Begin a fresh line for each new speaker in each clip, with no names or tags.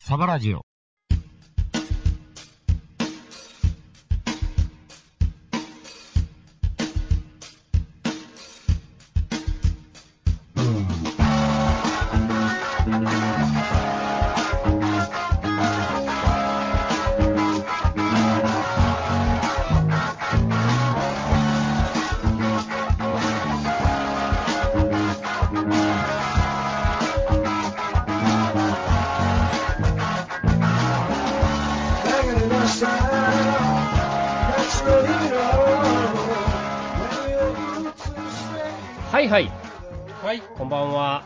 サバラジオ。
はいはい、
はい、
こんばんは。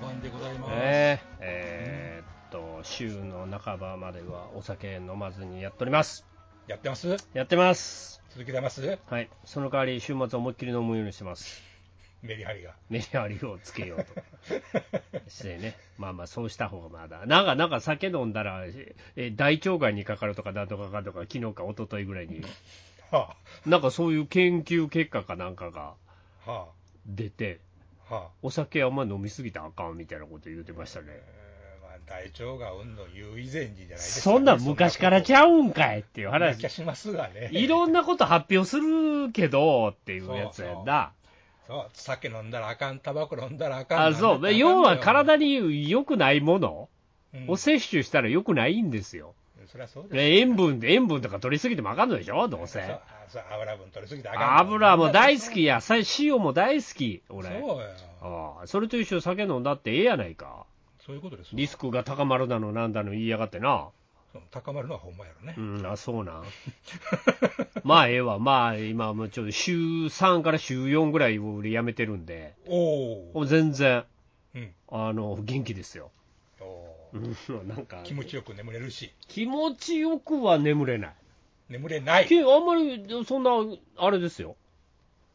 お晩でございます。
えーえーっと、週の半ばまではお酒飲まずにやっております。
やってます
やってます。
続けてます
はい。その代わり、週末思いっきり飲むようにしてます。
メリハリが。
メリハリをつけよ うと。してね。まあまあ、そうした方がまだ。なんか、なんか酒飲んだら、え大腸がんにかかるとか、なんとかかんとか、昨日か一昨日ぐらいに、
は
なんかそういう研究結果かなんかが
あ、は
出て、
あ、はあ。
お酒あんま飲みすぎたらあかんみたいなこと言うてましたね。
えーまあ、大腸がうんの言う以前にじゃないです
そんなん昔からち
ゃ
ゃうんかいっていう
話
話
し。しますがね。
いろんなこと発表するけどっていうやつやんな。
そう、酒飲んだらあかん、タバコ飲んだらあかん。
あそうね。要は体に良くないものを
をせ、
摂取したら良くないんですよ。
うん、そりゃそうです。
で塩分、塩分とか取りすぎてもあかんのでしょどう
そ
せ
うあ。そう油分取りすぎてあかん。
油も大好きや。さ塩も大好き。
そう
俺。
よ。
ああそれと一緒に酒飲んだってええやないか。
そういうことですわ
リスクが高まるだのなんだの言いやがってな。
そう高まるのはほんまやろね
う。ん、あ、そうなん。まあええわ。まあ今もうちょっと週3から週4ぐらいを俺やめてるんで。
おお。
もう全然。
うん。
あの元気ですよ、
おお
う
ー。
ん なんか
気持ちよく眠れるし、
気持ちよくは眠れない、
眠れない。
けあんまりそんな、あれですよ、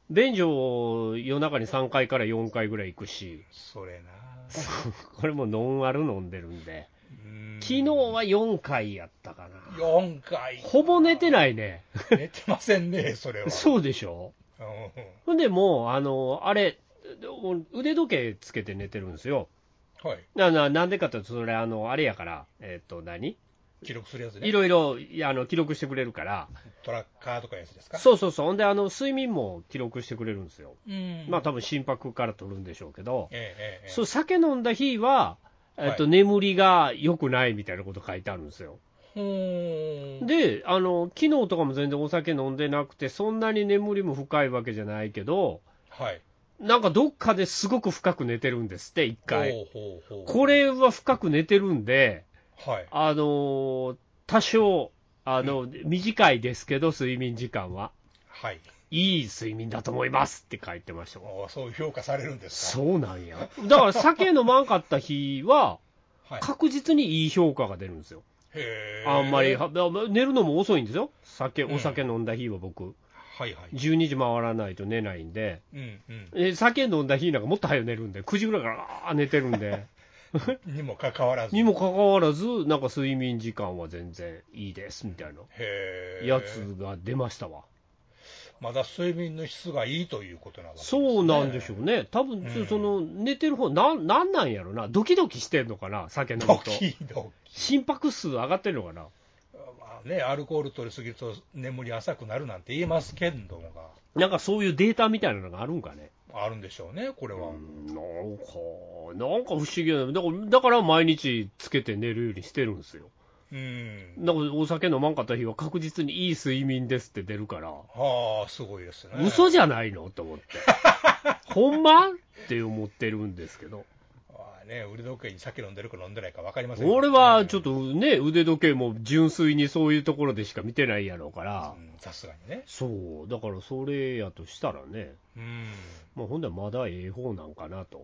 便所、夜中に3回から4回ぐらい行くし、
それな。
これもノンアル飲んでるんで、
うん
昨日は4回やったかな、
4回。
ほぼ寝てないね、
寝てませんね、それは。
そうでしょ、
うん。
ほんでもう、あのあれ、腕時計つけて寝てるんですよ。
はい。
なななんでかというと、それ、あの、あれやから、えっ、と、何
記録するやつね。
いろいろ、いやあの、記録してくれるから、
トラッカーとかやつですか
そうそうそう、ほんであの睡眠も記録してくれるんですよ、
う。ん。
まあ多分心拍から取るんでしょうけど、
ええええええ。
そう酒飲んだ日は、えっと
は
眠りが良くないみたいなこと書いてあるんですよ、
ほーん。
であの昨日とかも全然お酒飲んでなくて、そんなに眠りも深いわけじゃないけど、
はい。
なんかどっかですごく深く寝てるんですって、一回。
ほうほうほう。
こ。れは深く寝てるんで、
はい。
あの多少あの、短いですけど、睡眠時間は。
はい。
いい睡眠だと思いますって書いてましたもん
おーそう評価されるんですか
そうなんや。だから酒飲まんかった日は、
はい。
確実にいい評価が出るんですよ。
へー
あんまり、
は。
は寝るのも遅いんですよ。酒、
うん
お酒飲んだ日は僕。
いはい。
12時回らないと寝ないんで。
うんうん。
え酒飲んだ日なんかもっと早く寝るんで、9時ぐらいからあー寝てるん で。
にもかかわらず。
にもかかわらず、なんか睡眠時間は全然いいです、みたいな
へー
やつ。が出ましたわ。
まだ睡眠の質がいいということなわけですね
そうなんでしょうね、多分
うん
その寝てる方なんなんなんやろな、ドキドキしてんのかな、酒飲む
ド
と、
キドキ。
心拍数上がってるのかな、
まあね、アルコール取りすぎると眠り浅くなるなんて言いますけんどもが。
なんかそういうデータみたいなのがあるんかね、
あるんでしょうね、これ
う
は。
んなんか、なんか不思議なだから、だから毎日つけて寝るようにしてるんですよ、
うん。
だからお酒飲まんかった日は確実にいい睡眠ですって出るから、
はあ、すごいですね。
嘘
じ
じゃないのと思っ て、ほんまって思ってるんですけど。
ゃね、腕時計に酒飲んでるか飲んでないか分かりませんけど
俺はちょっ、とね、腕時計も純粋にそういうところでしか見てないやろうか
う
ら、
んさすがにね。
そう、だからそれやとしたらね、
うん。
まあ、ほんならまだええ方なんかなと、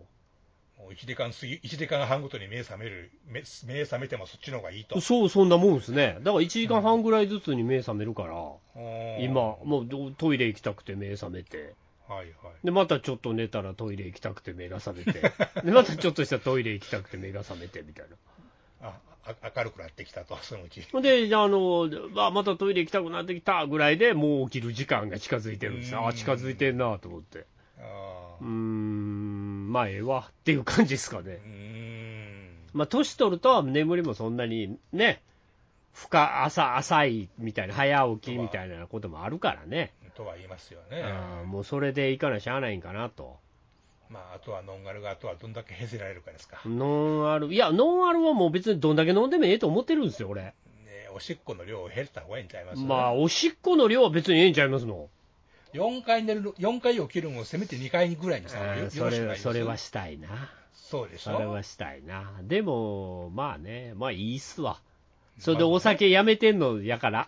もう1時間過ぎ、一時間半ごとに目覚める、目目覚めてもそっちの方がいいと。
そう、そんなもんですね、だから1時間半ぐらいずつに目覚めるから、
うん
今、もうどトイレ行きたくて目覚めて、
はいはい。
で、またちょっと寝たらトイレ行きたくて目が覚め て、で、またちょっとしたらトイレ行きたくて目が覚めてみたいな。
あ、あ明るくなってきたと、そのうち。
ほんで、あの、まあ、またトイレ行きたくなってきたぐらいでもう起きる時間が近づいてるんですよ。あ、近づいてんなと思って。
あ
うー
ー
ん、まあ、ええわっていう感じですかね
う。ん。
まあ、年取ると眠りもそんなにね、深、朝、浅いみたいな、早起きみたいなこともあるからね。
とは言いますよね。
あーもうそれでいかなしゃあないんかなと。
まあ、あとはノンガルがあとはどんだけへせられるかですか。ね
ノンアル、いや、ノンアルはもう別にどんだけ飲んでもええと思ってるんですよ、俺。
えおしっこの量を減った方がいいんちゃいます
まあ、おしっこの量は別にええんちゃいますの。
4回寝る、4回起きるのをせめて2回ぐらいにさ、
あー
よ
そ
ろし
れ
くない
は、
です
それはしたいな。
そうでし
それ
ょ。
はしたいな。でも、まあね、まあいいっすわ。それでお酒やめてんのやから。
うん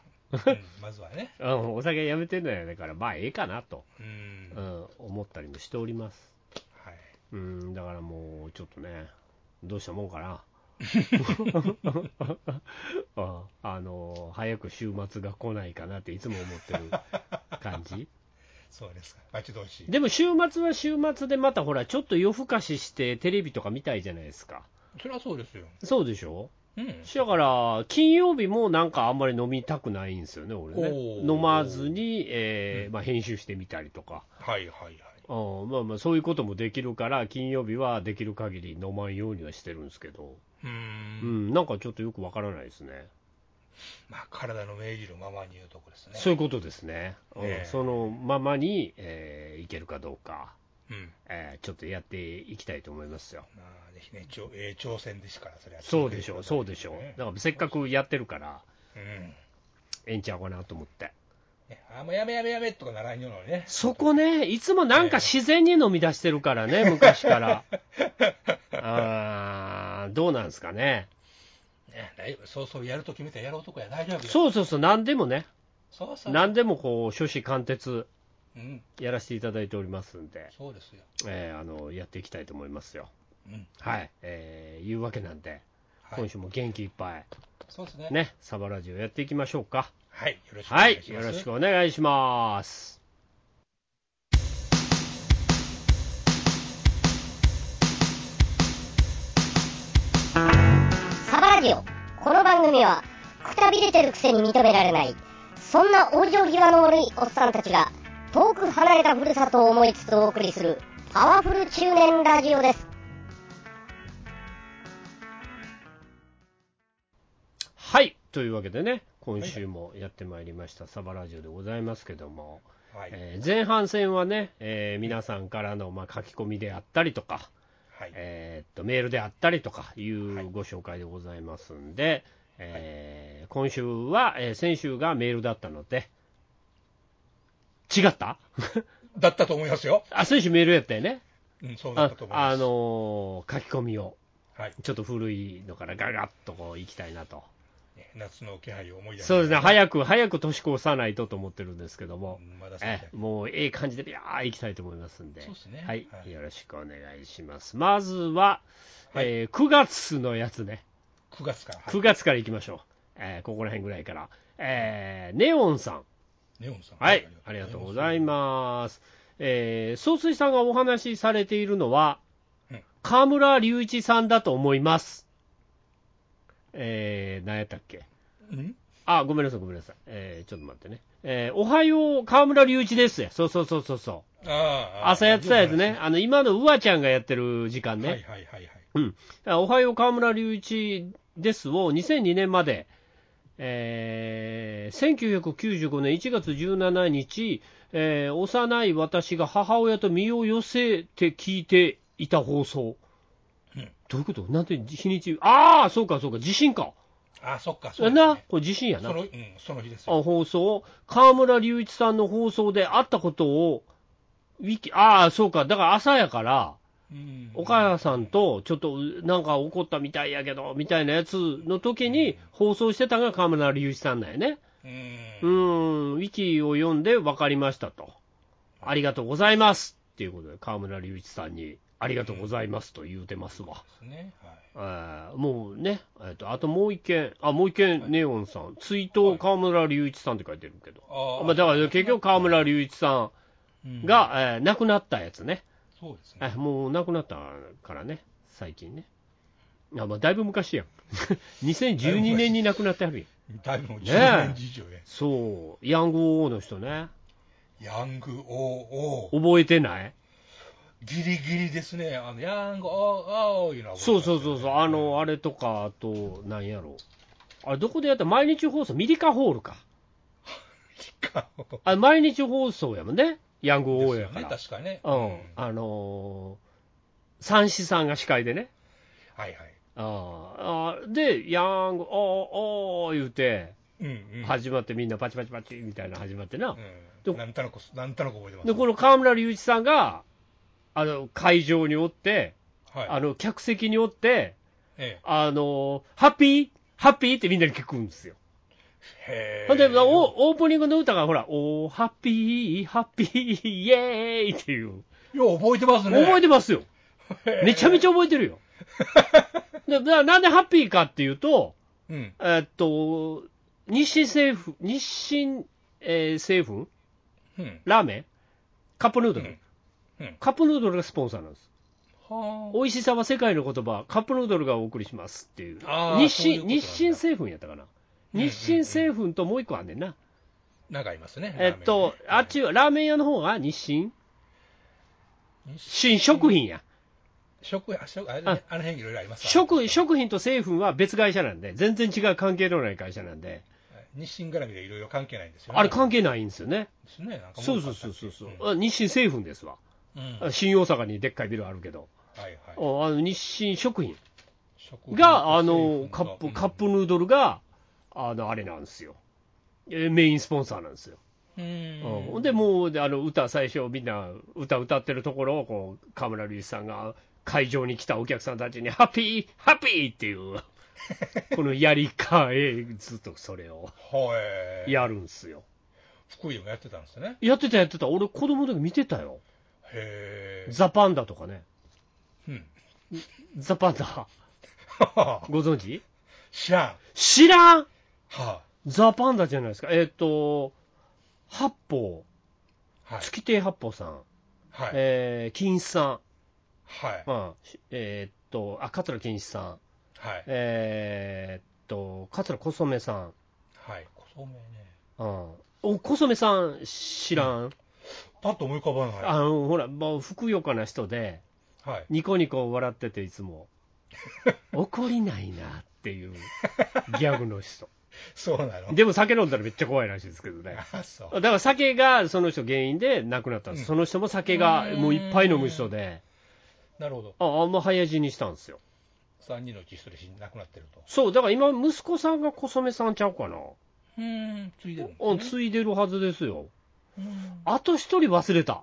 まずはね。
うん、お酒やめてんのやから、まあええかなと、
うん。
う
はい。
ん、思ったりもしております。うん、だからもう、ちょっとね、どうしたもんか な。 うんあの早く週末が来ないかなっていつも思ってる感じ
そうですか。待ち遠しい。
でも週末は週末でまたほらちょっと夜更かししてテレビとか見たいじゃないですか
それはそうですよ。
そうでしょ
うん。
だから金曜日もなんかあんまり飲みたくないんですよね俺ね
おー
飲まずに、えーまあ、編集してみたりとか
はいはいはい。
うんまあまあそういうこともできるから、金曜日はできる限り飲まんようにはしてるんですけど、
うー。
うんん、なんかちょっとよくわからないですね、
まあ、体の命じるままに言うとこですね。
そういうことですね、うん
ええ
そのままに、えーいけるかどうか、
うん。
えーちょっとやっていきたいと思いますよ。
まあ、ぜひね、ちょえー挑戦ですから、それは。
そうでしょう、そうでしょ
ね
う、だからせっかくやってるから、
うん。
ええんちゃうかなと思って、
ねあ、もうやめやめやめとかならんようにね。
そこね、いつもなんか自然に飲み出してるから ね、昔から。あーどうなんですかね、
ね、大丈夫。そうそうやると決めてやろうとこや、大丈夫よ。
そうそうそう、なんでもね。
そうそう。
何でもこう初子貫徹
うん。
やらせていただいておりますんで、
そうですよ。
えーあのやっていきたいと思いますよ。
うん。
はい、えーいうわけなんで、
は
今
い。
週も元気いっぱ
そうですね
い、。ね、サバラジオやっていきましょうか。
はい。よろしくお
は
願い
い、
しま
よ
す。
ろしくお願いします。
サバラジオ。この番組は、くたびれてるくせに認められない、そんな往生際の悪いおっさんたちが、遠く離れたふるさとを思いつつお送りする、パワフル中年ラジオです。
はい、というわけでね、今週もやってまいりました、サバラジオでございますけども、
はい。
えー前半戦はね、えー皆さんからの、まあ、書き込みであったりとか、
はい。
えーっとメールであったりとかい
は
う
い
ご紹介でございますんで、えー今週は、えー先週がメールだったので、違った
だったと思いますよ。
あ先週メールやったよね、
うん、そうだっ
あ
たと思いま
あ
す。
のー書き込みを、
はい。
ちょっと古いのからガガッとこう行きたいなと、
ね夏の気配を思い出
そうですね、
い。
早く早く年越さないとと思ってるんですけども
う、んまだそうだ
えーもうええ感じで、いやー行きたいと思いますんで、
そうですね
はい
はい
よろしくお願いします。まずは、
はい
えー9月のやつね。
9月から。はい
9月からいきましょう、えーここら辺ぐらいから、えーネオンさん、
ネオンさん。
はい、ありがとうございます、えー、総帥さんがお話しされているのは
うん、
河村隆一さんだと思います、えー、何やったっけ、
す。うん
あ、ごめんなさい、ごめんなさい、えー、ちょっと待ってね、えーおはよう、河村隆一ですや、そうそうそうそうそう、
ああああ
朝やってたやつね、。あの今のうわちゃんがやってる時間ね。
はいはいはいはい。
あおはよう河村隆一ですを2002年まで、えー1995年1月17日、えー幼い私が母親と身を寄せて聞いていた放送。
うん
どういうことなんて日にち、ああ、そうかそうか、地震か。
あ、そっか、そうですね
な、これ地震やな
そ。の、うん、その日ですよ。
あ放送、河村隆一さんの放送であったことを、ウィキああ、そうか、だから朝やから、
うん
お母さんとちょっとなんか怒ったみたいやけどみたいなやつの時に放送してたのが河村隆一さんだよね。う
う
ー
ん。
ん、ウィキを読んで分かりましたと。ありがとうございますっていうことで河村隆一さんにありがとうございますと言うてますわ。
ですね。はい。
あーもうね、えっと、あともう一件、あ、もう一件、ネオンさん、追悼河村隆一さんって書いてるけど。
あ
まあ、だから結局河村隆一さ
うん
ん、が、えー亡くなったやつね。
そうですね。
あもう亡くなったからね、最近ね。あまあ、だいぶ昔 やん。2012年に亡くなってはるやん。
だいぶもう
ねえ
10年以上や。
そう、ヤング王の人ね。
ヤング OO。
覚えてない
ギリギリですね、あのヤング、おーおーいうのは
そ
覚えてま
う
す
そうそうそう、あの、あれとか、あと、なんやろう。あれ、どこでやった毎日放送、ミリカホールか。あ毎日放送やもんね、ヤングオーエア
です
か
よね、
ら。
確かね。
うん。あのー、三子さんが司会でね。
はいはい。
あーあーで、ヤング、おーおー言うて、
うんうん。
始まってみんなパチパチパチみたいなの始まってな。
う
で
ん。なんとなく、なんとなく覚えてます。
で、この河村隆一さんが、あの、会場におって、
はい。
あの、客席におって、
え
あの、ハッピーハッピーってみんなに聞くんですよ。
え。へー
ほんで、おオープニングの歌がほら、おー、ハッピー、ハッピー、イエーイっていう。
よう覚えてますね。
覚えてますよ。
え
めちゃめちゃ覚えてる よ。でななんでハッピーかっていうと、
うん。
えっと、日清製粉、日清、えー製粉
うん。
ラーメンカップヌードル、
うんうん
カップヌードルがスポンサーなんです。
は
美味しさは世界の言葉、カップヌードルがお送りしますっていう。
あー
日
そうい
清、
うことなんだ
日清製粉やったかな。
うんうん
日清製粉ともう一個あんねんな。
あ。なんかいますね。
えっと、あ
ラーメンね
っち、ラーメン屋の方が日清
日
新食品や。
食、あ、食、あれね
あ
あの辺いろいろありますわ
食、食品と製粉は別会社なんで、全然違う関係のない会社なんで、
日清絡みでいろいろ関係ないんですよね。
あれ関係ないんですよね。
ですね。なんか
そう
物
そ
買
う
った
そ
っ
う
け
そうそう。
ん
あ日清製粉ですわ。
うん。
あ
はい
新大阪にでっかいビルあるけど、
はい。
おあの日清食品
食
が、あの、カッ
う
プ、
ん
カップヌードルが、あの、あれなんですよ。えーメインスポンサーなんですよ。
う。
うんん、で、もう、であの、歌、最初みんな歌歌ってるところを、こう、河村隆一さんが会場に来たお客さんたちに、ハッピーハッピーって いう、このやりかえ、ずっとそれを
はい。
やるんすよ。
福井でもやってたんですね。
やってたやってた。俺子供の時見てたよ。
へえ。
ザ・パンダとかね。
うん。
ザ・パンダ、
はあ
ご存知
知らん。
知らん
は
ザ・パンダじゃないですか。えっ、と、八方、
あ。はい。
月亭八方さん、
はい。
えー、金一さ
はい
ん、。まあ、しえーっと、あ、桂金一さん、
はい。
えーっと、桂小染さん、
はい。小染めね。
うん、お小染さん知らん、
パッと思い浮かばない。
あのほら、もうふくよかな人で、
はい。
ニコニコ笑ってて、いつ も、怒りないなっていうギャグの人、
そうなの。
でも酒飲んだらめっちゃ怖いらしいですけどね。
あ、そう。
だから酒がその人原因で亡くなったんです、
うん
その人も酒がもういっぱい飲む人で、
なるほど。
ああんま早死にしたんですよ、
三人のうち一人死ん亡くなってると。
そう、だから今、息子さんが小染さんちゃうかな、
うん。ついでるんですね
うん、継いでるはずですよ、
うん。
あと一人忘れた、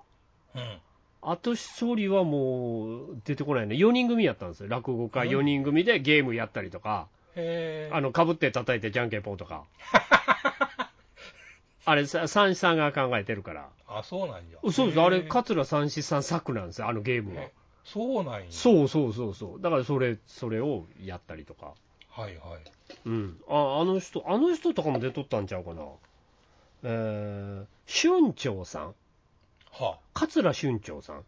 うん。
あと一人はもう出てこないね、4人組やったんですよ、落語家4人組でゲームやったりとか、
へえ。
あのかぶって叩いてじゃんけんぽんと か、あれ、さ三枝さんが考えてるから、
あ、そうなんじゃ。
そうです、あ
へ
れ、
え
桂三枝さん作なんですよ、あのゲームは。
そうなんや。
そうそうそうそう、だからそれそれをやったりとか、
はいはい。
うん、ああの人、あの人とかも出とったんちゃうかな、えー、春長さん、
はあ。
桂春長さん、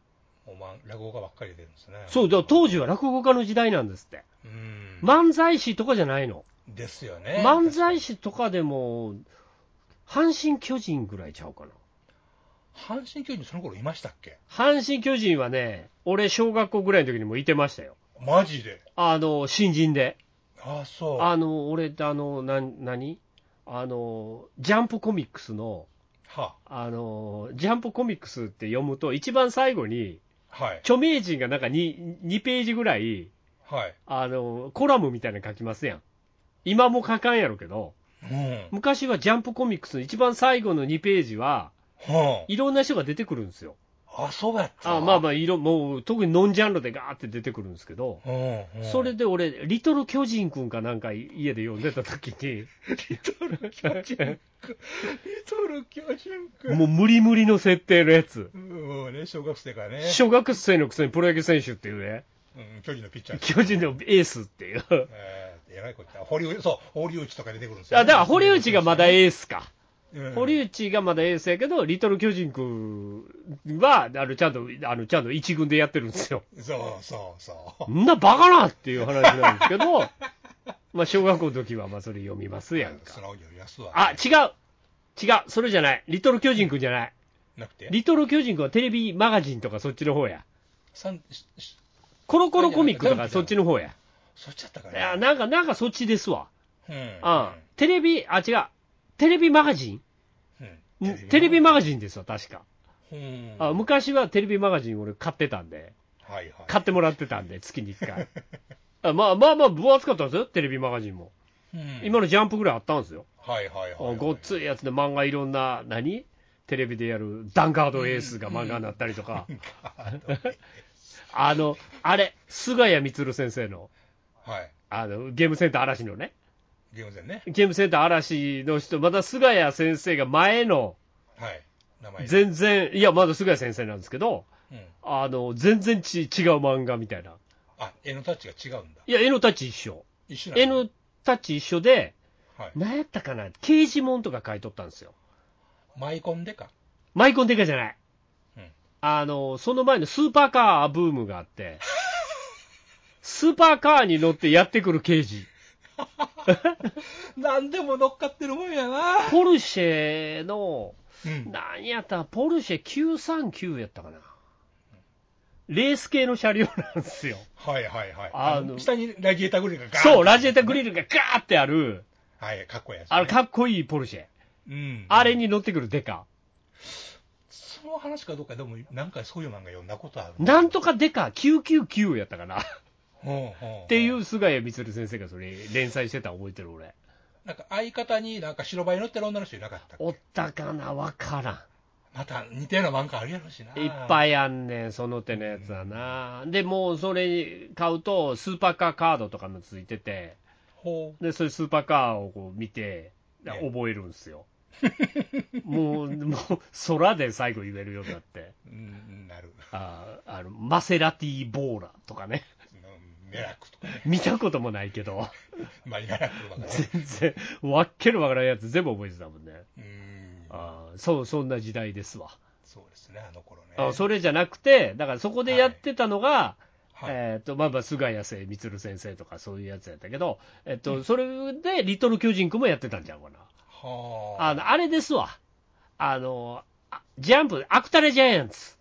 おまん、落語家ばっかり出るんですね。
そう、だから当時は落語家の時代なんですって、
うん。
漫才師とかじゃないの、
ですよね。
漫才師とかでも、阪神・巨人ぐらいちゃうかな。
阪神巨人その頃いましたっけ
阪神・巨人はね、俺、小学校ぐらいの時にもいてましたよ。
マジで。
あの、新人で。
あ、そう。は
あの、俺、あの、な、何あの、ジャンプコミックスの、
あ。
あの、ジャンプコミックスって読むと、一番最後に、
はい。
著名人がなんか 2, 2ページぐらい、
はい。
あの、コラムみたいなの書きますやん。今も書かんやろけど、
うん。
昔はジャンプコミックスの一番最後の2ページは、
はい
ろんな人が出てくるんですよ。
あ。あ、そうやった。
あまあまあ、いろ、もう、特にノンジャンルでガーって出てくるんですけど、
あ。うん、うん。
それで俺、リトル巨人くんかなんか家で読んでた時に、
リトル巨人くん。
もう無理無理の設定のやつ。
もうね、小学生からね。
小学生のくせにプロ野球選手っていうね、
うん、巨人のピッチャー。
巨人のエースっていう。
えー、えらいこっちゃ。堀内、そう、堀内とか出てくるんですよ、
あだから堀内がまだエースか。
うん、
堀内がまだエースやけど、リトル巨人くんは、あの、ちゃんと、あの、ちゃんと一軍でやってるんですよ。
そうそうそう。
んなバカなっていう話なんですけ ど、まあ、小学校の時はまあ、それ読みますやんか
素。直に呼びますわ。
あ、違う違うそれじゃない。リトル巨人くんじゃない。
なくて
リトル巨人くんはテレビマガジンとかそっちの方や。
さんしし
コロコロコミックとかそっちの方や。
そっちだったか
いや、
な。
なんか、なんかそっちですわ。
うん
あん。テレビ、あ、違う。テレビマガジ
うん
ンんテレビマガジンですわ、確か。
うん
あ
はい
昔はテレビマガジン俺買ってたんで、
はい。
買ってもらってたんで、月に1回。 あまあまあまあ、分厚かったですよ、テレビマガジンも。
うん
今のジャンプぐらいあったんですよ。
はいはいはいは
あ
い。
ごっついやつで漫画いろんな、何テレビでやるダンガードエースが漫画になったりとか、あの、あれ、菅谷光先生の、
はい。
あの、ゲームセンター嵐のね、
ゲームゼンね。
ゲームセンター嵐の人、また菅谷先生が前の、
はい。名前。
全然、いや、まだ菅谷先生なんですけど、
うん。
あの、全然ち違う漫画みたいな。
あ、絵のタッチが違うんだ。
いや、絵のタッチ一緒。
一緒な
絵
の
のタッチ一緒で、
はい。
何やったかな、刑事門とか書いとったんですよ。
マイコン でか。
マイコンデカじゃない。
うん
あの、その前のスーパーカーブームがあ って、スーパーカーに乗ってやってくる刑事。
なんでも乗っかってるもんやな。
ポルシェの、
うん。
何やったポルシェ939やったかな。レース系の車両なんですよ。
はいはいはい。
あの
あの、下にラジエータグリルがガーン
そう、ラジエタグリルがガーってある、
はい、かっこいいやつね。
あの、かっこいいポルシェ。
うん。
あれに乗ってくるデカ。
その話かどうか、でも、なんかそういう漫画読んだことある。
なんとかデカ999やったかな。っ
うん。って
いう。菅谷光先生がそれ連載してたの覚えてる俺。
なんか相方になんか白バイ乗ってる女の人いなかったっけ
おったかなわからん。
また似たような漫画あるやろしな。
いっぱいあんねん、その手のやつはな。で、もうそれ買うと、スーパーカーカードとかもついてて、
ほう。
で、それスーパーカーをこう見て、
ね
覚えるんです よ。もう、もう、空で最後言えるようになって。
うん、なる。
あーあの、マセラティボーラとかね。
うんメラクと かね。
見たこともないけ ど、
マリナラクとかね。
全然、わっけるわからんやつ全部覚えてたもんね。
うん。
あーそう、そんな時代ですわ。
そうですね、あの頃ね。
あそれじゃなくて、だからそこでやってたのが、
はい。
えっ、と、まあまあ、菅谷生光先生とかそういうやつやったけど、えっ、と、それで、リトル巨人くんもやってたんじゃんかな。
はあ。
あの、あれですわ。あの、あジャンプ、アクタレジャイアンツ。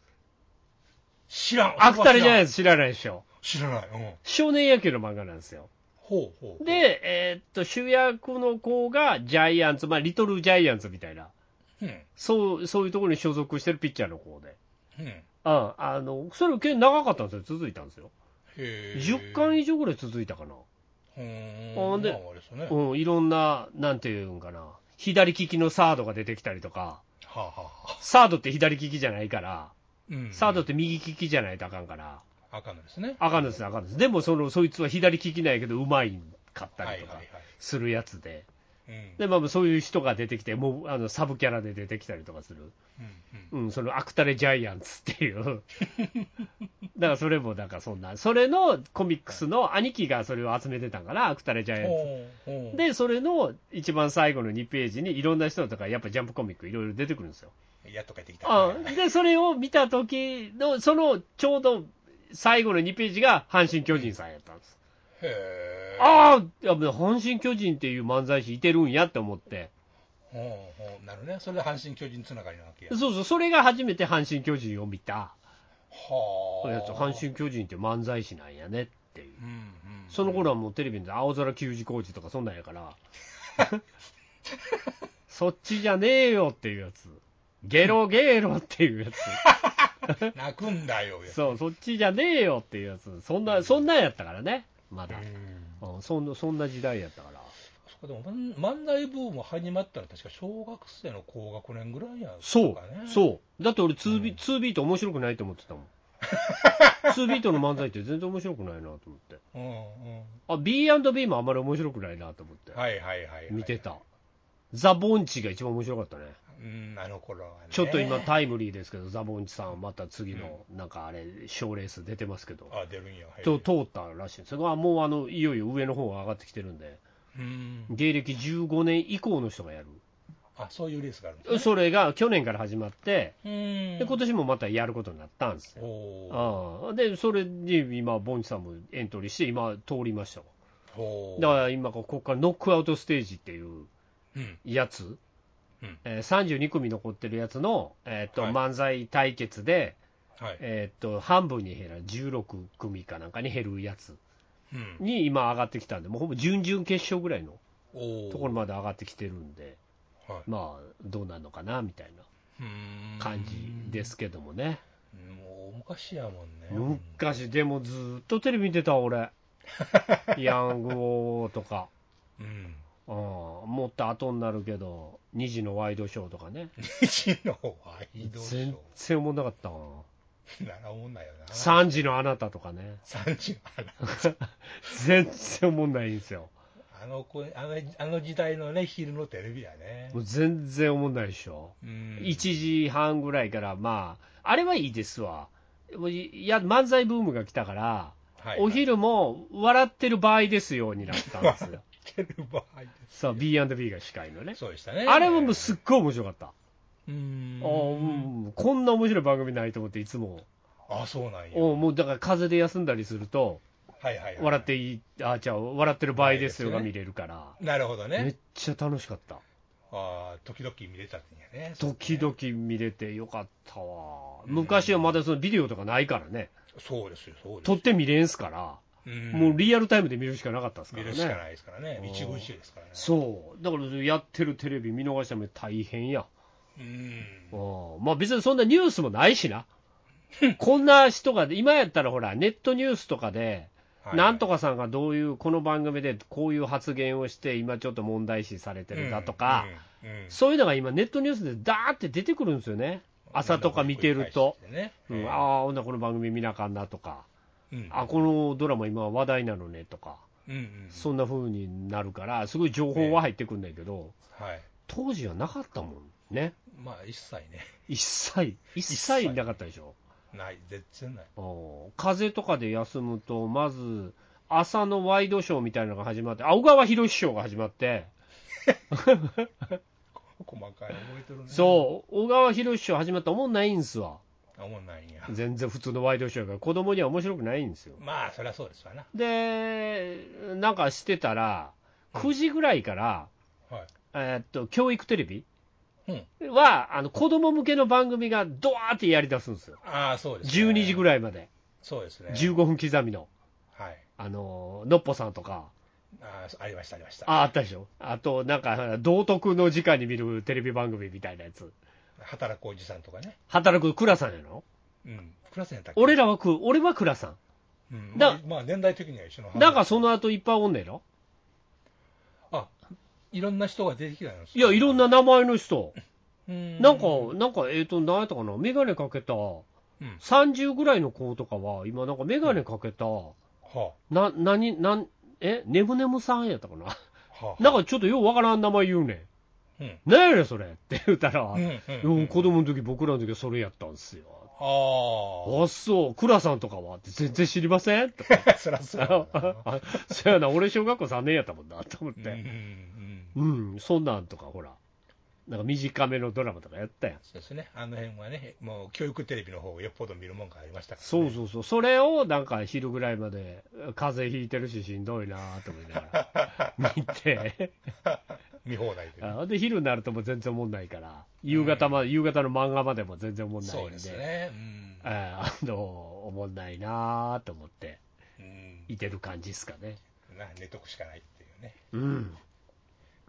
知らん。
アクタレジャイアン
ツ。
ツ知らないでしょ。
知らない。うん。
少年野球の漫画なんですよ。
ほうほう。、
で、えっ、と、主役の子がジャイアンツ、まあ、リトルジャイアンツみたいな、
うん。
そう、そういうところに所属してるピッチャーの子で。
うん。へ
うん、あの、それ結構長かったんですよ。続いたんですよ。
え。
10巻以上ぐらい続いたかな。
うーん。
ほんで
まああれですね。は
うん、いろんな、なんていうんかな、左利きのサードが出てきたりとか、
あはあはあ。
サードって左利きじゃないから、
うん。
サードって右利きじゃないとあかんから、
あかんのですね。
あかんのです、あかんのです。でもその、そいつは左利きなんやけど、うまいんかった
はい
り
は
と
い
か
はい。
するやつで、
うん。
で、まあ、そういう人が出てきて、もうあのサブキャラで出てきたりとかする、
うん
うん、そのアクタレジャイアンツって いう、だからそれもなんかそんな、それのコミックスの兄貴がそれを集めてたんかな、アクタレジャイア
うん。
ンツ。
ほうほう。
で、それの一番最後の2ページにいろんな人とか、やっぱジャンプコミックいろいろ出てくるんですよ。
やっと帰ってきた。
あ
はい
で、それを見た時の、そのちょうど最後の2ページが阪神・巨人さんやったんです。
へえ。
ああ、やっぱ阪神・巨人っていう漫才師いてるんやって思って、
ほうほう。なるね。それで阪神巨人つながりなわけや。
そうそう、それが初めて阪神・巨人を見た
はあ。
やつ、阪。神・巨人って漫才師なんやねっていう。
うんうん。
その頃はもうテレビで青空球児工事とかそんなんや から、そっちじゃねえよっていうやつ。ゲロゲロっていうやつ。
泣くんだよ。
そう、そっちじゃねえよっていうやつ、そんな、そんなんやったからね、ま
う
だ。
ん。
うん、そんなそんな時代やったから。
そこでも漫漫才ブーム始まったの確か小学生の高学年ぐらいやん
そう
かね、
そう。だって俺2ビ、
うん
2ビート面白くないと思ってたもん。2ビートの漫才って全然面白くないなと思って。
う、うんうん、
あ、B&B もあんまり面白くないなと思って。
はいはいはい、はい、
見てた。ザ・ボンチが一番面白かったね。
うんあの頃はね
ちょっと今タイムリーですけど、ザ・ボンチさんまた次の、なんかあれ、賞レース出てますけど。
あ出るんやはい
と通ったらしいんですよ。あもうあの、いよいよ上の方が上がってきてるんで。
うん
芸歴15年以降の人がや
あそういうレースがあるんです
る、それが去年から始まって、
うん
で今年もまたやることになったんです
お
よ。
お
ああで、それに今、ボンチさんもエントリーして、今、通りましたわ
おお
だから今、ここからノックアウトステージっていう
うん
やつ、
うん
えー32組残ってるやつの、えーっと
はい
漫才対決で、
はい。
えーっと、半分に減ら、16組かなんかに減るやつ
うん。
に今上がってきたんで、もうほぼ準々決勝ぐらいの
おー
ところまで上がってきてるんで、
はい。
まあ、どうなるのかなみたいな
うーん
感じですけどもね。
もう昔やもんね。
昔、でもずーっとテレビ見てた、俺。 ヤングオーとか。
うん。
うん、もっと後になるけど、2時のワイドショーとかね、
西のワイドショ
全然思んなかったな、
ー。ならおもんないよな。
3時のあなたとかね、
三時あの
全然思んないんですよ、
あの子あのあの時代のね昼のテレビやね
もう全然思んないでしょ、
うん
1時半ぐらいから、まあ、あれはいいですわ、もういいや漫才ブームが来たから、
はい
お昼も笑ってる場合ですようになったんですよ、
テレビ場合で
さあ、B&B が司会のね
す。そうでしたね
あれももうすっごい面白かった、
う
あ
ん
ーうんこんな面白い番組ないと思って、いつも
あそうなんや
おもうだから風邪で休んだりすると、
はいはい、はい、
笑っていい、あじゃあ、笑ってる場合ですよ
場
が
合ですよ
見
ね
れるから、
なるほど
め
ね
っちゃ楽しかった、
ああ時々見れたんやね
時々見れてよかったわ、昔はまだそのビデオとかないからね、
そうですよそうです
撮
よ
って見れんすから、
うん
もうリアルタイムで見るしかなかったですか
見
ら
るしか
ね、
ないですからね
うん
一期一会ですからね
そう、だからやってるテレビ見逃したら大変や、
うん
うんまあ別にそんなニュースもない しな。こんな人が、今やったらほら、ネットニュースとかで、なんと
か
かさんがどういう、この番組でこういう発言をして、今ちょっと問題視されてるだとか、、
うんうんうん
そういうのが今、ネットニュースでダーって出てくるんですよね、朝とか見てると、、
ね
うん
うん
ああ、ほんならこの番組見なあかんなとか、
うん
あこのドラマ、今話題なのねとか、
うんうん、
そんな風になるから、すごい情報は入ってくるんだけど、
はい
当時はなかったもんね、
まあ一切ね
一切、一切なかったでしょ。
ない絶対ない
お風邪とかで休むと、まず朝のワイドショーみたいなのが始まって、青川博ショーが始まって、
細かい覚えてるね
そう、小川博ショー始まったらおもんないんすわ、
う思んないんや
全然普通のワイドショーが、子供には面白くないんですよ。
まあそりゃそうですわな
で、なんかしてたら、9時ぐらいから、
はい
えーっと教育テレビ
うん
は、あの子供向けの番組がドワーってやりだすんですよ、
ああそうです、ね、
12時ぐ
い
らいまで、
そうですね
15分刻みの、
はい
あののっぽさんとか。
あーそうありましたありました
ああったでしょ、あとなんか、道徳の時間に見るテレビ番組みたいなやつ、
働くおじさんとかね
働く倉さんやろ、
うんクラスやったっけ
俺、らはく、俺は倉さ
うん、
だ
まあ年代的には一緒の
ん、なんかそ
の
の後いっぱいおんねんろ、
あいろんな人が出てきたんです
いや、いろんな名前の人、
うん
なんか、なんか、えっ、と、なんやったかな、眼鏡かけた、
うん
30ぐらいの子とかは、今、なんか眼鏡かけた、
は
な、なに、なん、え、ねむねむさんやったか な、
あはあ
なんかちょっとようわからん名前言うね
うん
ん、なんやねん、それって言うたら、
うん
うん
うんうん
子供の時僕らの時はそれやったんですよ。
あ
あ、そう、倉さんとかはって全然知りませんとか
あ そりゃそう だな
あそうやな、俺小学校3年やったもんなと思っ
うんう
て、
んうん
うん、そんなんとかほら、なんか短めのドラマとかやったやん。
そうですねあの辺はねもう教育テレビの方をよっぽど見るもんがありましたから、ね、
そうそうそう、それをなんか昼ぐらいまで、風邪ひいてるししんどいなと思いながら 見て、
見放題で、ね、
あで昼になるともう全然おもんないから、夕方まで、夕方の漫画までも全然おもんない
そうんで
で、
すねうん
えーあの、おもんないなと思って、
うん
いてる感じですかね。
な寝とくしかないっていうね
うん。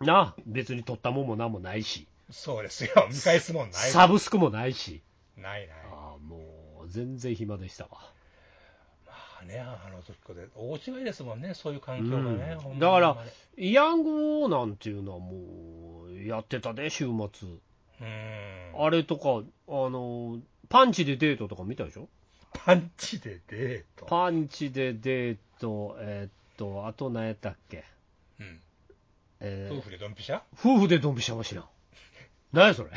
なあ、別に取ったもんもなんもないし、
そうですよ見返すもんない
サブスクもないし、
ないない
ああもう全然暇でしたわ。
まあねあの時こで大違いですもんねそういう環境がね、
うん
ほんまに
だからヤング王なんていうのはもうやってたで、週末。
うん
あれとか、あの、パンチでデートとか見たでしょ
パンチでデート、
パンチでデート、えーっと、あと何やったっけ、
うん、
えー
夫婦でドンピシャ
夫婦でドンピシャはしな。何やそれ。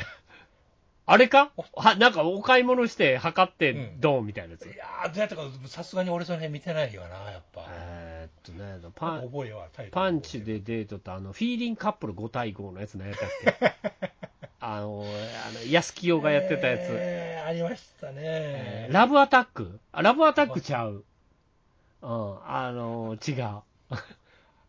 あれかはなんかお買い物して測って
うん
ドンみたいなやつ。
いやーどうやったかさすがに俺その辺見てないよなやっぱ、
えーっとね、パン、
覚えはタイトル
パンチでデートと、あの、フィーリングカップル5対5のやつ何やったっけ あの、あの、安清がやってたやつ。
えーありましたね、
えーラブアタックあ、ラブアタックちゃう。うん、あの、違う。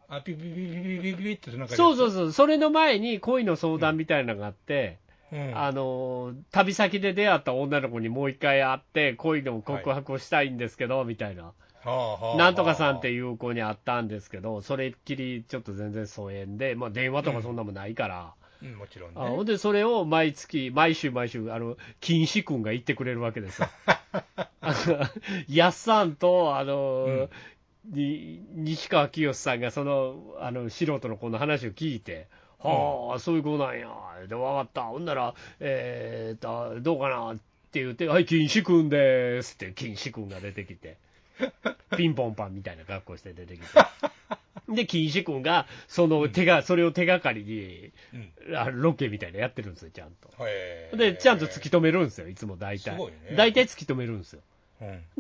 あピピピピピピピってなんか
そうそううそう、それの前に恋の相談みたいなのがあって、
うん
あの旅先で出会った女の子にもう一回会って恋の告白をしたいんですけど、みたいな
はあはあはあ
なんとかさんっていう子に会ったんですけどそれっきりちょっと全然疎遠で、まあ、電話とかそんなもんないから、
うんもちろん
あほん
ね
でそれを毎月毎週毎週あの金志君が言ってくれるわけですよあのやっさんとあの、
うん
に西川きよしさんがそのあの素人の子の話を聞いて、はあ、そういう子なんや、で分かった、ほんなら、えー、とどうかなって言って、はい、金志君ですって、金志君が出てき て、ピンポンパンみたいな格好して出てきて、で、金志君がその手が、それを手がかり
うん
にあロケみたいなのやってるんですよ、ちゃんと。
へえ
で、ちゃんと突き止めるんですよ、いつも大体
すごいね。
大体突き止めるんですよ。
うん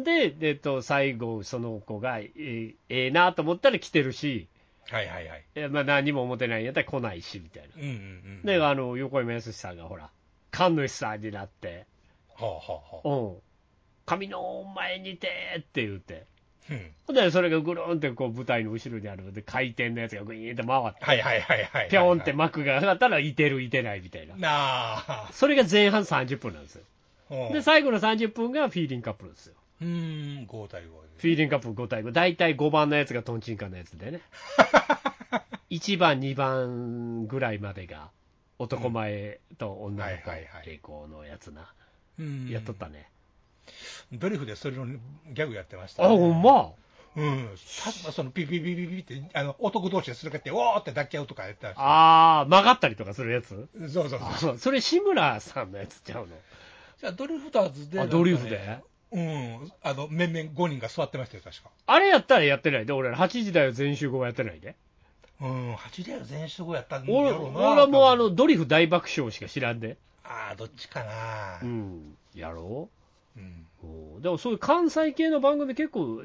で、えっと、最後、その子が、えーええなと思ったら来てるし、
はいはいはい
えーまあ、何も思ってないんやったら来ないしみたいな
うんうんうん。
で、
は
あの横山やすしさんがほら、神主さんになって、
あはあはあ
うん、神の前にてって言って、
うん
で、それがぐるんってこう舞台の後ろにあるで回転のやつがぐいーんって回って、
はいはいはいはい
ぴょんって幕が上がったら、いてる、いてないみたいな、
なあ
それが前半30分なんですよ。
うん
で、最後の30分がフィーリングカップルですよ。
うーん合体合
フィーリングカップ5対5、大体5番のやつがトンチンカンのやつ でね、1番、2番ぐらいまでが男前と女の子
はいはいはい
傾向のやつな、
体
やっとったね。
ドリフでそれのギャグやってました
あ、
ね
ほんま
うんたそのピピピピピってあの男同士でするかっておーって抱き合うとかやってました
あー、曲がったりとかするやつ
そうそうそう
あそれ、志村さんのやつちゃう
じゃあドリフターズで
の
な
あ、
んかね
ドリフで
うんあの面々5人が座ってましたよ確か
あれやったらやってないで、俺ら8時だよ、全集合はやってないで。
うん8代全集合やったんだ
俺
ろうな
俺はもうあ
多分
のドリフ大爆笑しか知らんで。
ああどっちかな
うん、やろう
うん
おーでもそういう関西系の番組結構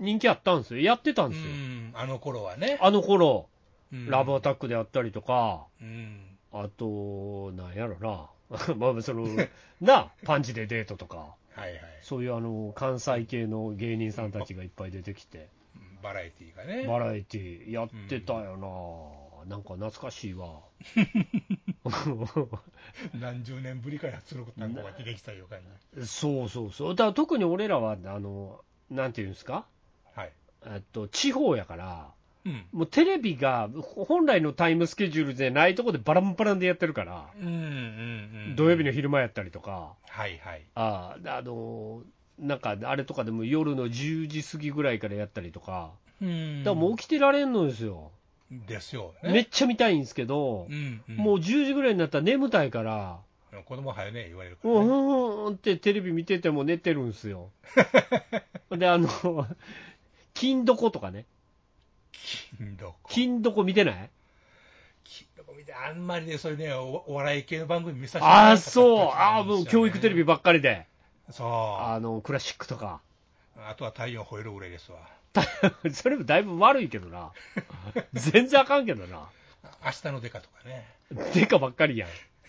人気あったんですよやってたんですよ、
うんあの頃はね
あの頃、
うん
ラブアタックであったりとか
うん
あとなんやろな まあそ のなパンチでデートとか
はいはい
そういうあの関西系の芸人さんたちがいっぱい出てきて
バラエティーがね
バラエティーやってたよな、なんか懐かしい わ
何十年ぶりかやつのことなんかが出てきたような感じ
そうそうそうだから特に俺らはあのなんていうんですか
はい
えっと地方やから
うん
もうテレビが本来のタイムスケジュールでないとこでバランバランでやってるから、
うんうんうん
土曜日の昼間やったりとか、
はいはい
あああのなんかあれとかでも夜の10時過ぎぐらいからやったりとか、
うん
だからもう起きてられんのですよ、
ですよね
めっちゃ見たいんですけど、
うんうん
もう10時ぐらいになったら眠たいから、
子供はよね言われるか
う
らね
んうんうんってテレビ見てても寝てるんです よ。で、あの、金どことかね、
金どこ
金どこ見てない
金どこ見てあんまりねそういうねおお笑い系の番組見させてもら
あ
えな
あ、
かったってい
そう
の、が
あ
あ
あ、
るんですよね
もう教育テレビばっかりで。
そう
あ
あ
のクラシックとか、
とは太陽吠えるぐらいですわ
た それもだいぶ悪いけどな、全然あかんけどな、
明日のデカとかね
デカばっかりや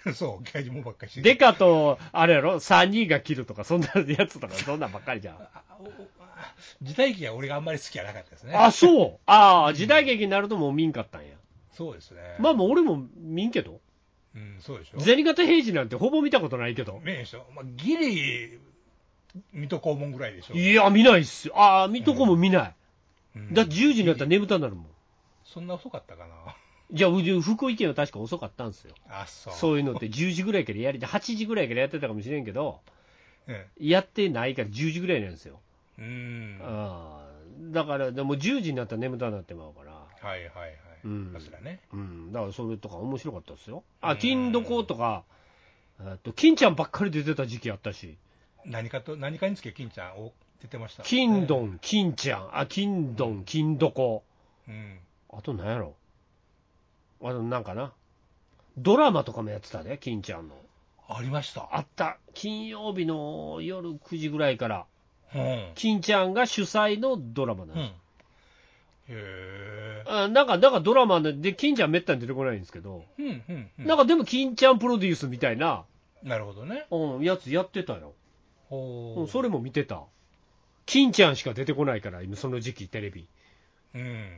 ん、
そうゲージもばっかりして
デカとあれやろ、3人が切るとか、そんなやつとか、そんなんばっかりじゃん。
あおおあ時代劇は俺があんまり好きじゃなかったですね
あ、そう、ああ、時代劇になるともう見んかったんや、
そうですね
まあ、もう俺も見んけど、
うんそうでしょ
銭形平次なんてほぼ見たことないけど、
ねえしょ、まあ、ギリ水戸黄門ぐらいでしょ、
いや、見ないっすよ、ああ、見とこも見ない、
うん
だって10時になったら眠たになるもん、
そんな遅かったかな、
じゃあ、うち福井県は確か遅かったんですよ、
あそう
そういうのって10時ぐらいからやりた8時ぐらいからやってたかもしれんけど。
え
やってないから10時ぐらいなんですよ、
えうん、は
あーだからでも10時になったら眠たくなってまうから、
いはいはい、
うん
さすがね、
うん、だからそれとか面白かったですよ、あ
うん
金どことか、えっと金ちゃんばっかり出てた時期あったし、
何かと何かにつけ、金ちゃんを出てました、
金どん、金ちゃん、あ金どん、金どこ、
うん、
あとなんやろ、あとなんかな、ドラマとかもやってたね、金ちゃんの。
ありました、
あった、金曜日の夜9時ぐらいから、
うん、
金ちゃんが主催のドラマなん
うん、
ですよ
へえ、
あなんか、なんかドラマで、で金ちゃんめったに出てこないんですけど、
うん、うん、うん
なんかでも、金ちゃんプロデュースみたいな、
なるほどね、
うん、やつやってたよ、
ほ
うん、そ
れ、
れも見てた、金ちゃんしか出てこないから、今、その時期、テレビ、
うん、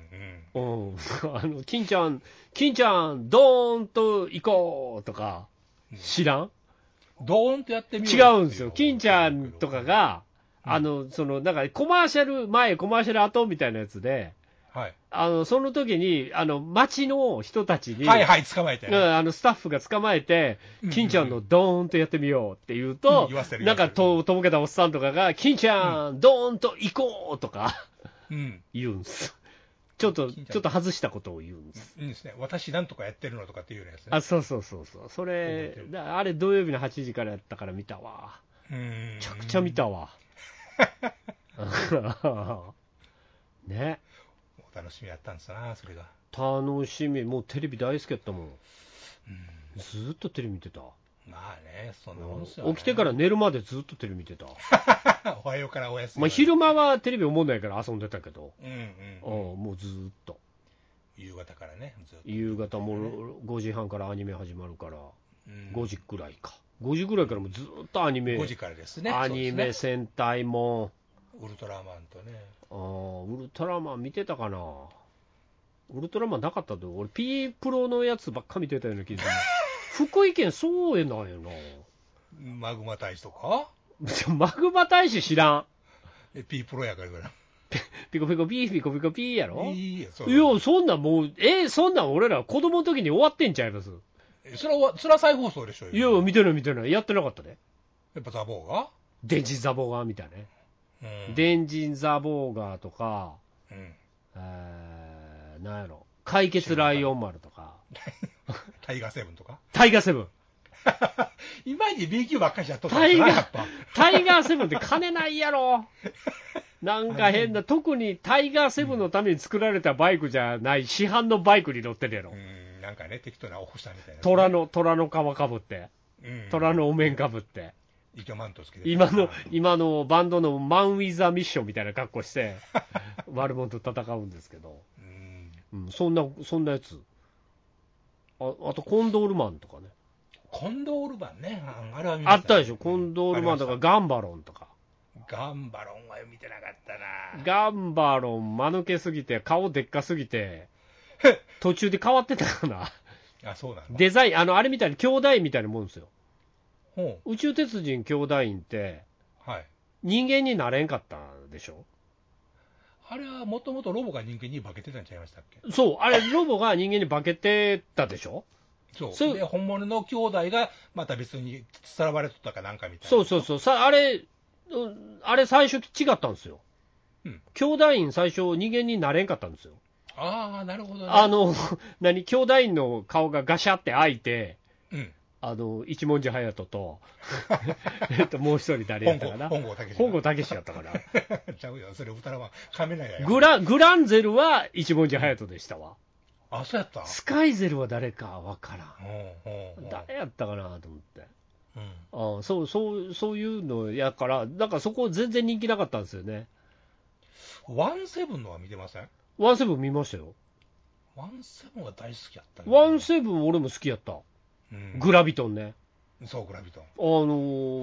うん、
うん、あの金ちゃん、金ちゃん、ドーンと行こうとか、知らん
ドーンとやってみ
違
よ
うんですよ。金ちゃんとか、が、あの、その、なんかコマーシャル前、コマーシャル後みたいなやつで、
はい、
あの、その時に、あの、街の人たちに、
はいはい、捕まえて、
うんあのスタッフが捕まえて
うん、
金ちゃんのドーンとやってみようって言うと
うん言わせ、る
なんかととぼけたおっさんとかが、金ちゃん、ドーンと行こうとか
うん、
言うんです。ちょっと、
金ちゃん
ちょっと外したことを言うんです。
いいですね、私なんとかやってるのとかっていうようなやつね
あ、そうそうそうそう。それ、だあれ土曜日の8時からやったから見たわ。
うん、め
めちゃくちゃ見たわ。 ね。
お楽しみやったんですな、それが。
楽しみ。もうテレビ大好きやったもん。ずーっとテレビ見てた。
まあね、そんなもんですよ、ね。
起きてから寝るまでずっとテレビ見てた。
ら、おはようからおやすみ。
まあ、昼間はテレビ思わないから遊んでたけど、
うん
うん、
うん、
もうずーっと、
夕方からね、ずっと。
夕方も5時半からアニメ始まるから、
うん
5時くらいか、5時くらいからもうずーっとアニメ、
5時からですね。
アニ
そう
メ、
ですね
戦隊も
ウルトラマンとね。
あー、ウルトラマン見てたかな、ウルトラマンなかったと、俺、P プロのやつばっか見てたような気がす る、福井県、そうやなんや な、
マグマ大使とか
マグマ大使知らん、
え、ピープロやからぐらい。
ピコピコピー、ピコピコピーやろ。
いいや、そ
いや、そんなんもう、え、そんなん俺ら子供の時に終わってんちゃいます
えそれは、それは再放送でしょ
いや、見てない見てない。やってなかったね。
やっぱザボーが
電人ザボガーみたいなね。
うん、
電人ザボガーとか、
うん、
えー、なんやろ。解決ライオン丸とか、
タイガーセブンとか。
タイガーセブン。
いまいち B 級ばっかりしちゃっとった
タイガ
やっぱ
ー。、タイガーセブンって金ないやろ。なんか変な、特にタイガーセブンのために作られたバイクじゃない、市販のバイクに乗ってるやろ
う。ん、なんかね、適当なお星さんみたいな。
虎の、虎の皮かぶって、
うん、
虎のお面かぶって。
イケマントつけてた
今の、今のバンドのマン・ウィザ・ミッションみたいな格好して、悪者と戦うんですけど、
うん、
うん、そんな、そんなやつ。ああと、コンドールマンとかね。
コンドールマンね、ああれは見ま
あ
した
ったでしょ、コンドールマンとか、、ガンバロンとか。
ガンバロンは見てなかったな、
ガンバロン、間抜けすぎて、顔でっかすぎて、途中で変わってたか な。
あそうなんだ、
デザイン、あの、あれみたいに、兄弟みたいなもんですよ。
ほ
宇宙鉄人兄弟員って、
うはい、
人間になれんかったでしょ
あれはもともとロボが人間に化けてたんちゃいましたっけ、
そう、あれ、ロボが人間に化けてたでしょ
そう、
そう
で本物の兄弟がまた別にさらわれとったかなんかみたいな、
そうそうそう、さあれ、うんあれ最初違ったんですよ。
うん
兄弟院最初人間になれんかったんですよ。
ああ、なるほどね、
あの、 何、兄弟院の顔がガシャって開いて、
うん、
あの、一文字隼人と、 えっと、もう一人誰や
本
った
郷
かな。
本郷武
本郷武史やったかな。
志 ちゃうよ、それ、歌らはカメラや
グラ、グランゼルは一文字隼人でしたわ。
あ、そうやった、
スカイゼルは誰かわから
ほうほうほ
ん。
う
誰やったかなと思って。
うん
ああそう、そう、そういうのやから、だからそこ全然人気なかったんですよね。
ワンセブンのは見てません
ワンセブン見ましたよ。
ワンセブンは大好きやったね
ワンセブン俺も好きやった。
うん
グラビトンね。
そう、グラビトン。
あの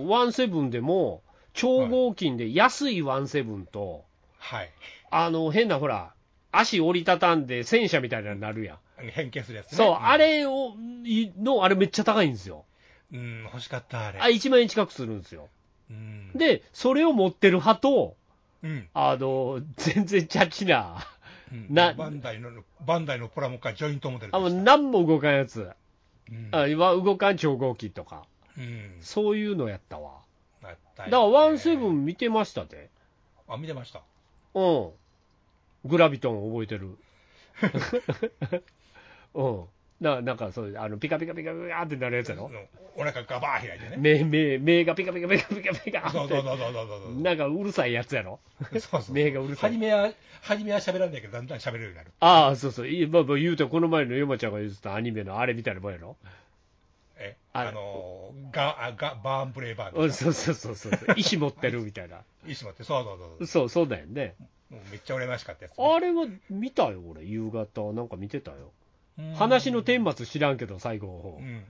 ーワンセブンでも、超合金で安いワンセブンと、
はい。
あの、変なほら、足折りたたんで戦車みたいなのになるやん。
変形するやつね。
そう、
ん
あ。れを、いの、あれめっちゃ高いんですよ。
うん、欲しかった、あれ。
あ、1万円近くするんですよ。
うん。
で、それを持ってる派と、
うん、
あの、全然チャチ な、
うん
な
バンダイの、バンダイのプラモカジョイントモデルで
あの、
した。
何も動かんやつ。
うん
あ今動かん超合金とか。
うん。
そういうのやったわ。
あっ
だ
たよ
か
ね
らワンセブ。ン見てましたで、
あ、見てました。
うん。グラビトン覚えて る。うん。ななんかそういう、あの、ピカピカピカピカってなるやつやろ
う。んお腹ガバー開いて ね。
目、目、目がピカピカピカピカピカ
そう
っ
そう
て。
そうそうそうそうそう。
なんかうるさいやつやろ。
そうそう。
目がうるさい
初めは、初めは喋らんだけど、だんだん喋れるようになる。
ああ、そうそう。いまあまあ言うて、この前のヨマちゃんが言ってたアニメのあれみたいなもんやろ。
え、
あ
あのー、ガ、あガ、バーンブレイバー
う
ン
ん、そうそうそうそう。 石持ってるみたいな。
いいしまって、そうそうそうそう。
そう、そうだよね。
もうめっちゃ羨ましかったやつね、
あれは見たよ、俺。夕方なんか見てたよ。話の顛末知らんけど、最後の方
うん。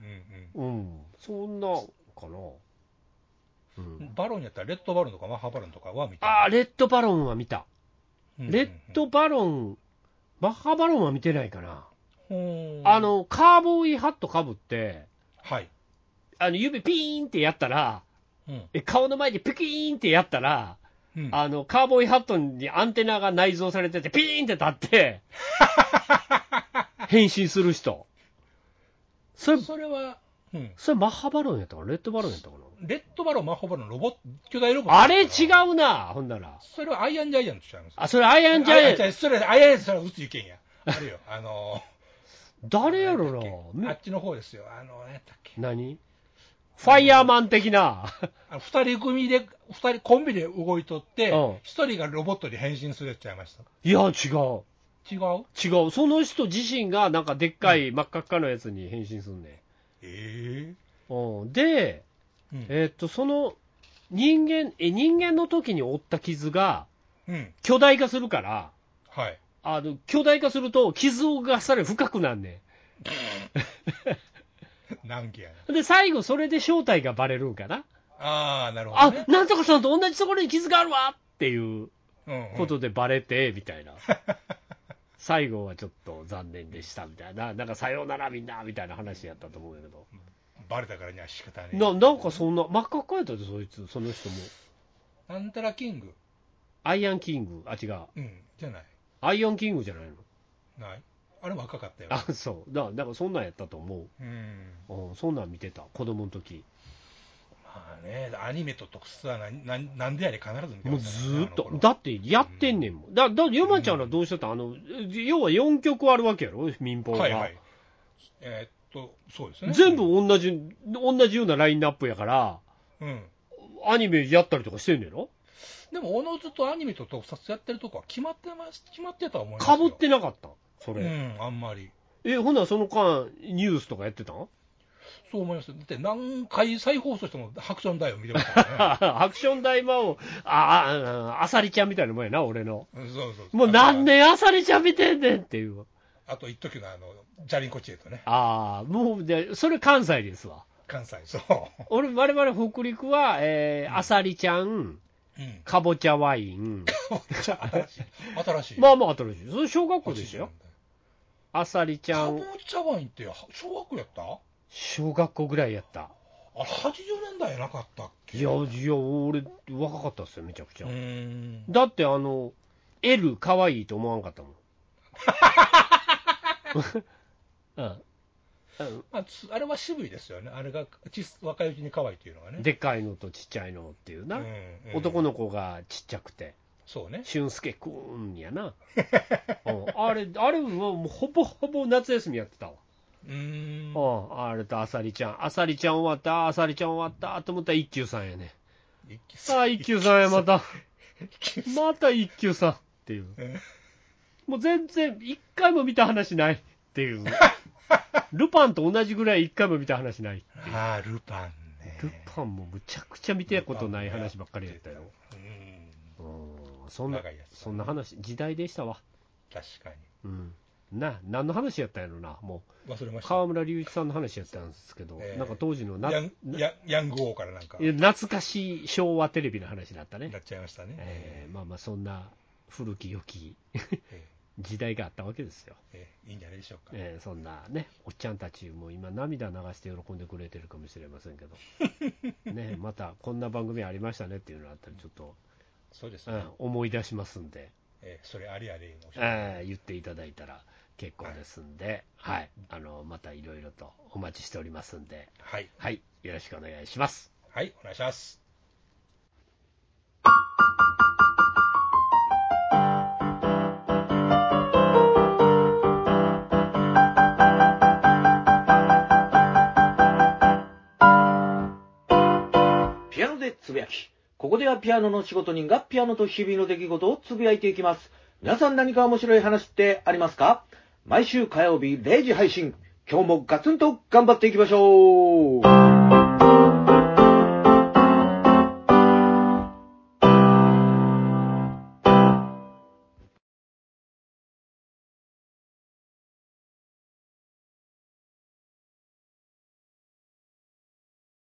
うん
うん、そんなかな。う、
うんんバロンやったらレッドバロンとかマッハバロンとかは見た
ああ、レッドバロンは見た。
うんうん
レッドバロン、マッハバロンは見てないかな。
うん
あの、カーボーイハットかぶって、
はい
あの指ピーンってやったら、
うん。
え顔の前でピキーンってやったら、
うん。
あの、カーボーイハットにアンテナが内蔵されてて、ピーンって立 って、変身する人。それ、
それは、うん。
それマッハバロンやったかなレッドバロンやったかな
レッドバロン、マホバロン、ロボット、巨大ロボット。
あれ違うな、ほんなら。
それはアイアンジャイアントちゃいます。
あ、それアイアンジ
あ
ャイ
ち
アン
ゃうそれ、アイアンジャイアント、それは宇宙行けんや。あれよ、あの
誰や
ー
ろな
あ
め
っちの方ですよ。あの、何やったっけ。
何ファイヤーマン的な。
あの二人組で、二人、コンビで動いとって
うん、
一人がロボットに変身するやっちゃいました。
いや、違う。
違う
違う。その人自身が、なんかでっかい真っ赤っかのやつに変身すんね
え
ん。うん。で、
えうん。
えーっと、その、人間、え、人間の時に負った傷が、
うん。
巨大化するから、
はい。
あの、巨大化すると、傷がさらに深くなんね
難儀やな。
ん。で、最後、それで正体がバレるんかな。
ああ、なるほど、
あ
ね。、
なんとかさんと同じところに傷があるわっていう
うんうん
ことでバレて、みた いな。最後はちょっと残念でした、みたいな。なんか、さようならみんな、みたいな話やったと思うんやけど。
バレたからには仕方ねえ
な、なんかそんな、真っ赤っかやったで、そいつ、その人も。
なんたらキング。
アイアンキング、あ、違う。
うん。じゃない。
アイアンキングじゃないの。
ない。あれも赤かったよ。
あ、そう。だなんかそんなんやったと思
うん。
う。うん、そんなん見てた、子供の時。
まあね、アニメと特撮は何何なんでやれ必ず見て
も
ま
う
した
ず
ね
ーっ
あ
と
の。頃
だってやってんねんもん。だ、だ、ヨマちゃんらどうしてたんあの、要は4曲あるわけやろ民放が。
はいはい。えーっと、そうですね。
全部同じ、同じようなラインナップやから、
うん。
アニメやったりとかしてんねんろ
でも、おのずとアニメと特撮やってるとこは決まってます、決まってたと思います
か
よ。
ぶってなかったんそれ。
うん、あんまり。
え、ほなその間、ニュースとかやってたん
そう思います。だって何回再放送しても白鳥の大を見てまし たから ね。
アクション大魔王、あ、あ、あさりちゃんみたいなもんやな、俺の。
うんそうそう
もう何年あさりちゃん見てんねんっていう。
あと一時のあの、ジャリンコチエとね、
ああ、もう、で、それ関西ですわ。
関西、そう。
俺、我々北陸は、えー、あさりちゃん、
うん。
かぼちゃワイン。
新 しい。新しい。
まあまあ新しい。それ小学校でしょあさりちゃ
カ
ん
ボ、チャワインって小学校やったあ
小学校ぐらいやった。
れ、80年代やなかったっけ
いや、いや、俺、若かったっすよ、めちゃくち
う
ゃ。
ーん。
だって、あの、L 可愛いと思わんかったもん。 うん
まあ、つあれは渋いですよね。あれがち若いうちに可愛いっていうのがね。
でっかいのとちっちゃいのっていうな、
うんうん
男の子がちっちゃくて、
そうね。
俊介くんや な、うんあれ、あれももうほぼほぼ夏休みやってたわ、
うーん。
うん、あれとあさりちゃん、あさりちゃん終わった、あさりちゃん終わったと思ったら一休さんやね、
一気
さあ、一休さんや、また、また一休さんっていう、
うん
もう全然、一回も見た話ないって いう、ルパンと同じぐらい一回も見た話ない。
ああ、ルパンね。
ルパンもむちゃくちゃ見てたことない話ばっかりやったよ。
うん。
うんそんな
長いや、つ
そんな話、時代でしたわ。
確か
うん。な、何の話やったんやろな、も
に。忘れま
う。
し
河
た。
村隆一さんの話やったんですけど、
ええ
なんか当時のな、
ヤン
な
ヤンヤング王からなんか、
いや懐かしい昭和テレビの話だったね。
なっちゃいましたね。
えーまあまあ、そんな古き良き
え
時代があったわけですよ。
えええいいんじゃないでしょうか。
えーそんなね、おっちゃんたちも今、涙流して喜んでくれてるかもしれませんけ ど、ね、またこんな番組ありましたねっていうのがあったら、ちょっと、
そうです
う
ね
ん。思い出しますんで。
ええそれありありの。
えー言っていただいたら結構ですんで、はい、あの、またいろいろとお待ちしておりますんで、
はい。
はい、よろしくお願いします。
はい、お願いします。
ピアノでつぶやき。ここではピアノの仕事人がピアノと日々の出来事をつぶやいていきます。皆さん何か面白い話ってありますか毎週火曜日0時配信。今日もガツンと頑張っていきましょう